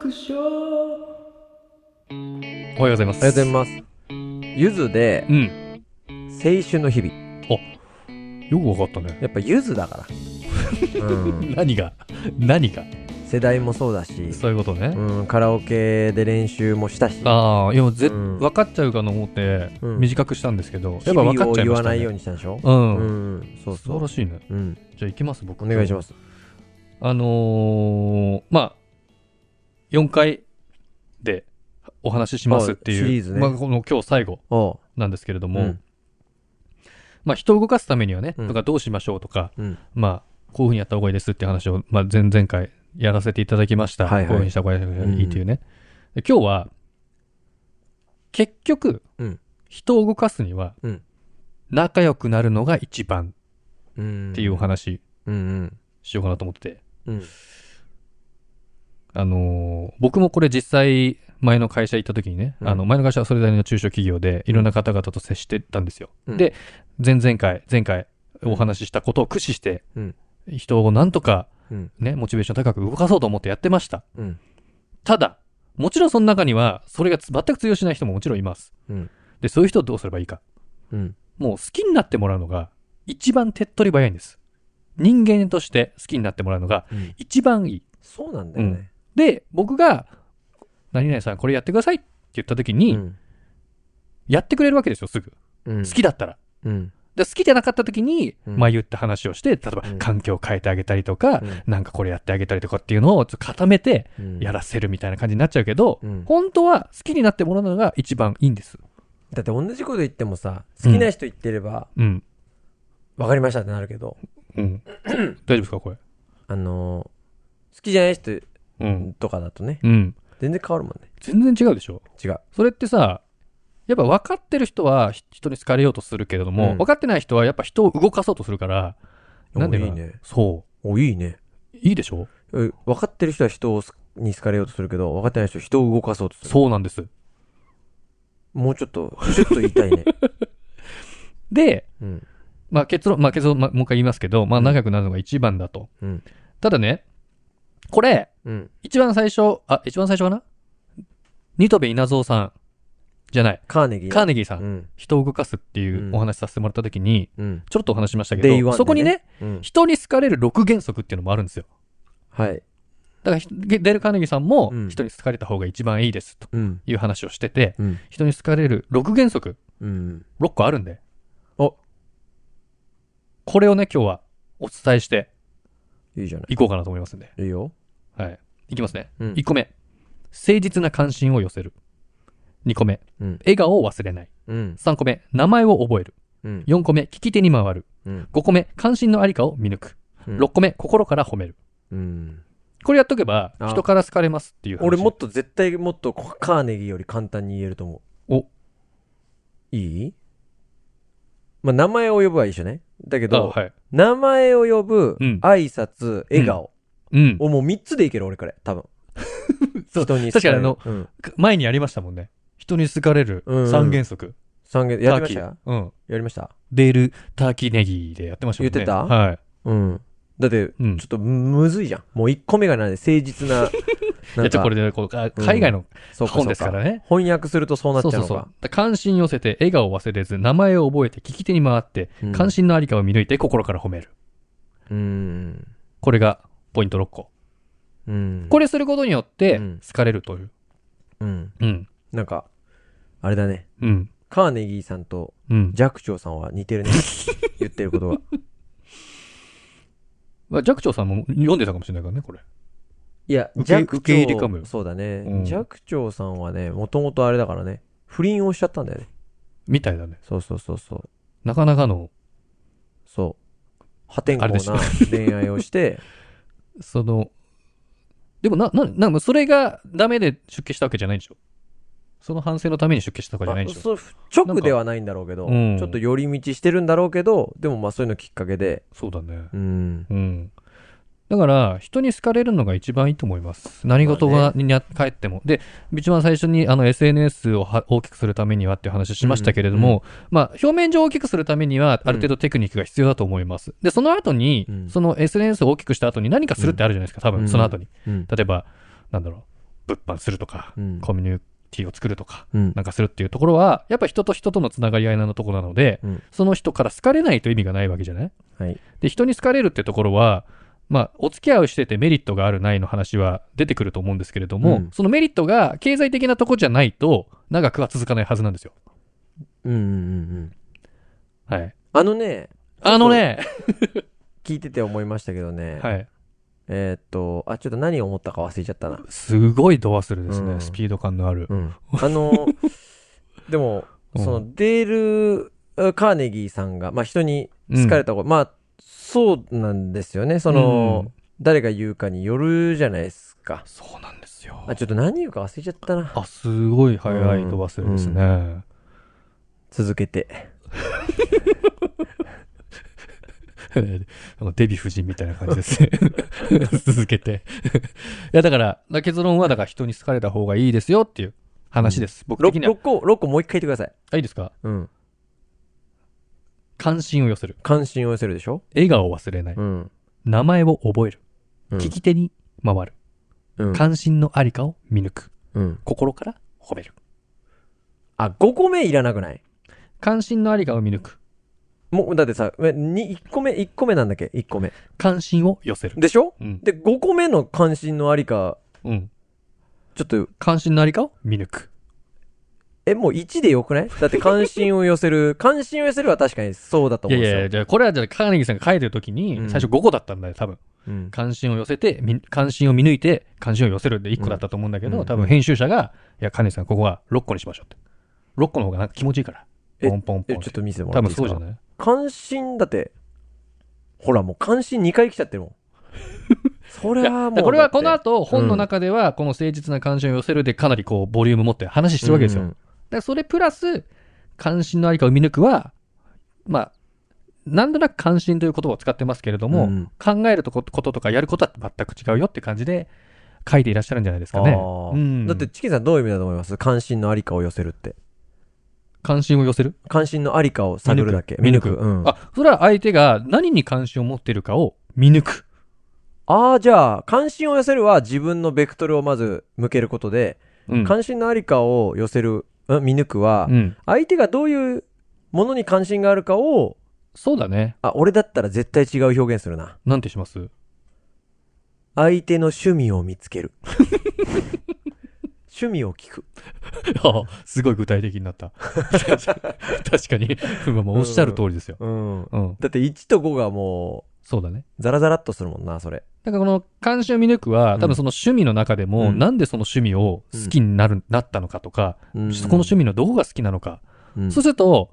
クショーおはようございます。ありがとうございます。ゆずで、うん。青春の日々。よくわかったね。やっぱゆずだから。 う ん、何が何が世代もそうだし、そういうことね。うん、カラオケで練習もしたし、ああ、いや、ぜ、うん分かっちゃうかと思って、うん短くしたんですけど、日やっぱ分か々っをちゃい言まわしなた、いようね。にしたんでしょう。うんん、そう素晴そらう。しいね。うん、じゃあ行きます、僕。。お願いしますす。あのー、まあ、4回でお話ししますっていう、あシリーズねまあ、この今日最後おう、なんですけれども、うんまあ、人を動かすためにはね、うんとかどうしましょうとか、うん、まあ、こういうふうにやった方がいいですって話を、まあ、前々回やらせていただきました。はいはいこういうふうにした方がいいっていうね。で今日は、結局、うん人を動かすには、うん仲良くなるのが一番うん。っていうお。話うん、うん、しようかなと思ってて、うん。あのー僕もこれ実際、前の会社行った時にね、うんあの、前の会社はそれなりの中小企業で、いろんな方々と接してたんですよ。うんで、前々回、前回お話ししたことを駆使して、うん人をなんとか、うん、ね、モチベーション高く動かそうと思ってやってました。うん、ただ、もちろんその中には、それが全く通用しない人ももちろんいます。うんで、そういう人をどうすればいいか。うん、もう好きになってもらうのが、一番手っ取り早いんです。人間として好きになってもらうのが、うん。一番いい。そうなんだよね。で、僕が、何々さんこれやってくださいって言った時に、うん、やってくれるわけですよ、すぐ。うん。好きだったら。うん、で好きじゃなかった時に、うんまあ言った話をして、例えばうん環境を変えてあげたりとか、うんなんかこれやってあげたりとかっていうのをちょっと固めて、うん。やらせるみたいな感じになっちゃうけど、うん本当は好きになってもらうのが一番いいんです。だって同じこと言ってもさ、好きな人言ってれば、うん。わかりましたってなるけど、うん。大丈夫ですかこれ。あのー、好きじゃない人うん。とかだとね、うん。全然変わるもんね。全然違うでしょ違う。それってさ、やっぱ分かってる人はひ人に好かれようとするけれども、うん分かってない人はやっぱ人を動かそうとするから、おなんでかいいねそお、いいね。う。いいでしょえ分かってる人は人をすに好かれようとするけど、分かってない人は人を動かそうとする。そうなんです。もうちょっと、ちょっと言い たいね。で、うん。まあ結論、まあ結論、まあ、もう一回言いますけど、まあうん長くなるのが一番だと。うん。ただね、これ、うん。一番最初、あ、一番最初かなニトベ稲造さんじゃない。カーネギー。カーネギーさんう。ん。人を動かすっていううんお話しさせてもらった時に、うん。ちょっとお話ししましたけど、 Day one でねそこにね、うん。人に好かれる6原則っていうのもあるんですよ。はい。だからひ、ゲデール・カーネギーさんもうん人に好かれた方が一番いいですとうん。いう話をしてて、うん。人に好かれる6原則、うん。 6個あるんで。おこれをね、今日はお伝えしていいじゃない。いこうかなと思いますんで。いいよ。はい。いきますね。うん1個目。誠実な関心を寄せる。2個目。うん。笑顔を忘れない。うん。 3個目。名前を覚える。うん。 4個目。聞き手に回る。うん。 5個目、関心のありかを見抜く。うん6個目、心から褒める。うん。これやっとけば、あ人から好かれますっていう話。俺もっと絶対もっとこカーネギーより簡単に言えると思お、う。いいまあ、名前を呼ぶは一緒ね。だけあ、ど、はい。名前を呼ぶ、うん挨拶、笑顔。うん。をもう3つでいける俺これ、 多分。そう人に確かにあの好れる、うん前にやりましたもんね。人に好かれるうん三原則。三元、やりましターたやキーうん。りましたデール、ターキーネギーでやってましたもんね。言ってたはい。うん。だって、ちうょんっとむずいじゃん。もう1個目がなんで誠 実な、なんかいや、じゃあこれで、こう、あ海外のそうかそう本ですからね。翻訳するとそうなっそうちゃそううのそう。だかか。ら関心寄せて、笑顔を忘れず、名前を覚えて、聞き手に回って、うん関心のありかを見抜いて、心から褒める。うん。これが、ポイント6個。うん。これすることによってうん、好かれるという。うん。うん。なんか、あれだね。うん。カーネギーさんとうん。寂聴さんは似て るね。言ってることが。まあ、寂聴さんも読んでたかもしれないからね、これ。いや、受け寂聴受け入れかもよそうだうねん。寂聴さんはね、もともとあれだからね、不倫をしちゃったんだよね。みたいだね。そうそうそうそう。なかなかの、そう。破天荒あれでしょな恋愛 をして、その、でもな、な、なんかそれがダメで出家したわけじゃないんでしょその反省のために出家したとかじゃないんでしょそう直ではないんだろうけど、なんかちょっと寄り道してるんだろうけど、でもまあそういうのきっかけで、そうだね。うん。うん。だから、人に好かれるのが一番いいと思います。何事まが、にや帰っても。で、一番最初に、あの、SNS をは大きくするためにはっていう話しましたけれども、まあ、表面上大きくするためには、ある程度テクニックが必要だと思います。で、その後に、うんその SNS を大きくした後に何かするってあるじゃないですか、多う分、んその後に。うん。例えば、なんだろう。物販するとか、うんコミュニティを作るとか、うんなんかするっていうところは、やっぱ人と人とのつながり合いのところなので、うんその人から好かれないと意味がないわけじゃないはいで、人に好かれるってところは、まあ、お付き合いをしててメリットがあるないの話は出てくると思うんですけれども、うんそのメリットが経済的なとこじゃないと、長くは続かないはずなんですよ。うんうんうんうんはい。あのねあのね、聞いてて思いましたけどね、はい。えーっとあちょっと何を思ったか忘れちゃったなすごいドアスルですね、うんスピード感のある。うん あのでもうんそのデールあカーネギーさんがまあ人に好かれたこと、まあそうなんですよねその、うん誰が言うかによるじゃないですかそうなんですよ。あちょっと何言うか忘れちゃったなあ、すごい早いドアスルですね。続けて なんかデヴィ夫人みたいな感じですね。 続けて。いや、だから、だから結論は、だから人に好かれた方がいいですよっていう話です。僕 6, 的には。個6個もう一回言ってくださいあ、いいですかうん関心を寄せる。関心を寄せるでしょ笑顔を忘れない。うん、名前を覚える。うん聞き手に回る。うん関心のありかを見抜く。うん、心から褒める。あ5個目いらなくない関心のありかを見抜く。もうだってさ1個目1個目なんだっけ1個目関心を寄せる。でしょうん。で5個目の関心のありかうん。ちょっと関心のありかを見抜く。えもう1でよくないだって関心を寄 せる関心を寄せるは確かにそうだとい思やいうんですよやいや、じゃあこれはじゃあ、カーネギーさんが書いてるときにう、ん最初5個だったんだよ、多分。うん関心を寄せて、み関心を見抜いて、関心を寄せるで1個だったと思うんだけど、多分編集者が、いや、カネさん、ここは6個にしましょうって。6個の方がなんか気持ちいいから。ポンポンポえンっちょてっ。と見せてもら多ってい分いですそかうじゃない関心だってほらもう関心2回来ちゃってる もんそいれやだはもかうらこれはこのだって後、本の中では、この誠実な関心を寄せるで、かなりこう、ボリューム持って話してるわけですよ。うんだからそれプラス、関心のありかを見抜くは、まあ、なんとなく関心という言葉を使ってますけれども、うん考えるとここととかやることは全く違うよって感じで書いていらっしゃるんじゃないですかね。あーうんだって、チキンさんどういう意味だと思います関心のありかを寄せるって。関心を寄せる関心のありかを探るだけ。見抜くうん。ああ、それは相手が何に関心を持ってるかを見抜く。あー、じゃあ、関心を寄せるは自分のベクトルをまず向けることで、うん関心のありかを寄せる、うん見抜くは、うん。相手がどういうものに関心があるかを、そうだね。あ、俺だったら絶対違う表現するな。なんてします 相手の趣味を見 つける。趣味を聞く。あすごい具体的になった。 確かに。まあまあおっしゃる通りですよ。うん。うん。だって1と5がもそうだね。う、ザラザラっとするもんな、それ。だからこの関心を見抜くは、うん多分その趣味の中でも、うんなんでその趣味を好きになる、なったのかとか、うんそこの趣味のどこが好きなのか。うんそうすると、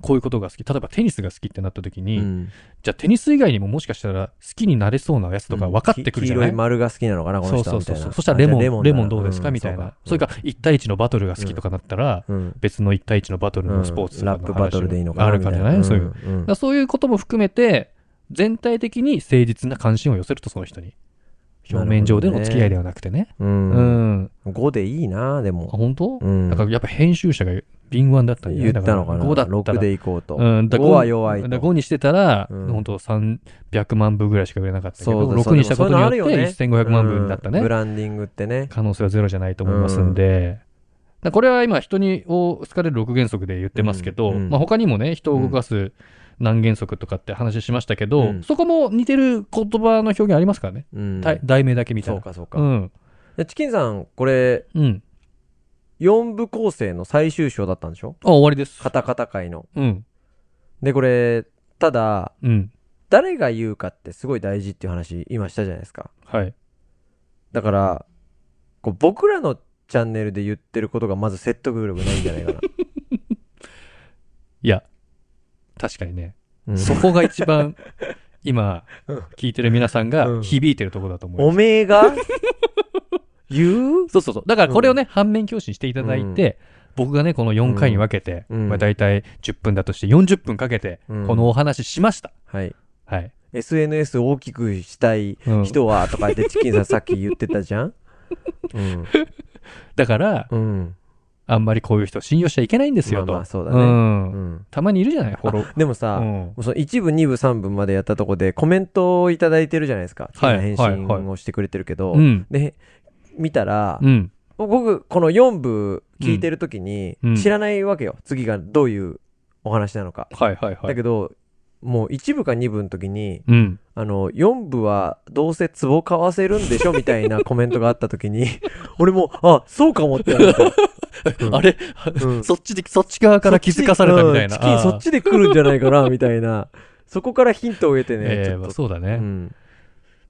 こういうことが好き。例えばテニスが好きってなった時に、うんじゃあテニス以外にももしかしたら好きになれそうなやつとか分かってくるじゃない、き黄色い丸が好きなのかな、こそのう人そはうみそたういそう。な。、そしたらレモン、レモンどうですかみたいな。それからら1対1のバトルが好きとかなったら、うん別の1対1のバトルうのんスポーツとかラのッ話プもバトルでいいのかな。あるからじゃない、みたそういう。だかんうんらそういうことも含めて、全体的に誠実な関心を寄せると、その人に。表面上での付き合いではなくてね。うんうん。 5でいいな、であ、も。本当うんだからやっぱ編集者が敏腕だったんじゃ言なっいただからのかな。 5だった6らでいこうと。うん、だ5は弱いと。 5にしてたら、うん本当300万部ぐらいしか売れなかったけど、そうだ6にしたことによってそういうのあるよね1500万部になったね。うんブランディングってね。可能性はゼロじゃないと思いますんで、だからこれは今人にを好かれる6原則で言ってますけど、うんうんまあ、他にもね人を動かす何原則とかって話しましたけど、うんそこも似てる言葉の表現ありますからね、うん題題名だけみたいそうなか、そううか。んでチキンさん、これ、うん4部構成の最終章だったんでしょあ終わりですカタカタ界の。うんで、これ、ただ、うん誰が言うかってすごい大事っていう話、今したじゃないですか。はいだから、こう僕らのチャンネルで言ってることがまず説得力ないんじゃないか な。いや確かにね、うんそこが一番 今聞いてる皆さんうがん響いてるところだと思います、おめ えが言うそうそうそう。だからこれをね、反面教師していただいて、僕がね、この4回に分けて、うんまあ大体10分だとして40分かけて、うんこのお話ししました。はい。はい。 SNS 大きくしたいうん人は、とかってチキンさんさっき言ってたじゃんうん。だから、うん。あんまりこういう人信用しちゃいけないんですよと。まあまあそうだねんうん。たまにいるじゃない、フォロー。でもさ、うもんうその1部、2部、3部までやったとこでコメントをいただいてるじゃないですか。はいチキンさん返信をしてくれてるけど、うん。で、見たら、うん。僕、この4部聞いてるときにうんうん、知らないわけよ。次がどういうお話なのか。はいはいはだい。けど、もう1部か2部の時に、うん。あの、4部はどうせ壺買わせるんでしょみ たいなコメントがあった時に、俺も、あ、そうかもって思った。うんあれ、うんそっちで、そっち側から気づかされたみたいな。そっちうんチキンそっちで来るんじゃないかな、みたいな。そこからヒントを得てね、えちえょっまあと。そうだうね。ん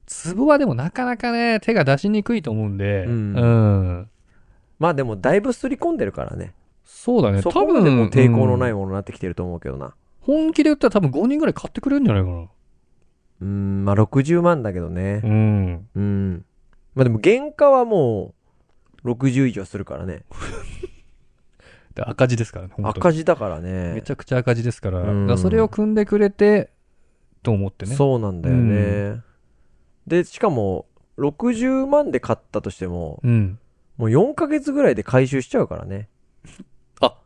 ツボはでもなかなかね、手が出しにくいと思うんで、ううんん。まあでも、だいぶ刷り込んでるからね。そうだね。そ多こまで分、もう抵抗のないうんものになってきてると思うけどな。本気で言ったら多分5人ぐらい買ってくれるんじゃないかな。うん、まあ60万だけどねう。ん。うん。まあでも、原価はもう、60以上するからね。で赤字ですからね、本当に赤字だからね。めちゃくちゃ赤字ですから、うんだからそれを組んでくれて、と思ってね。そうなんだよね。うで、しかも、60万で買ったとしても、うん。もう4ヶ月ぐらいで回収しちゃうからね。あ、も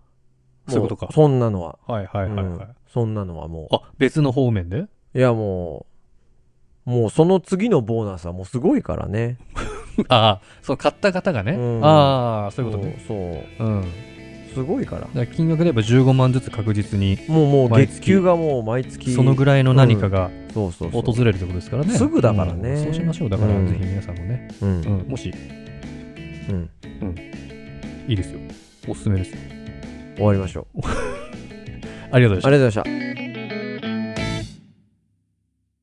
そういうことか。そんなのは。はいはいはいはい。うんそんなのはもあ、別の方面で う。いやもう、もうその次のボーナスはもうすごいからね。ああ、そう、買った方がね。うんああ、そういうことね。そう。うん。だそうすごいから。から金額で言えば15万ずつ確実に、もうもう毎月月給がもう毎月。そのぐらい。らいの何かがそうそうそう。訪れるってことですからね。すぐだからねうんそうしましょう。だから、うんぜひ皆さんもね、う。うんん、もし、うん。いいですよ。おすすめです。終わりましょう。ありがとうございましたありがとうございました。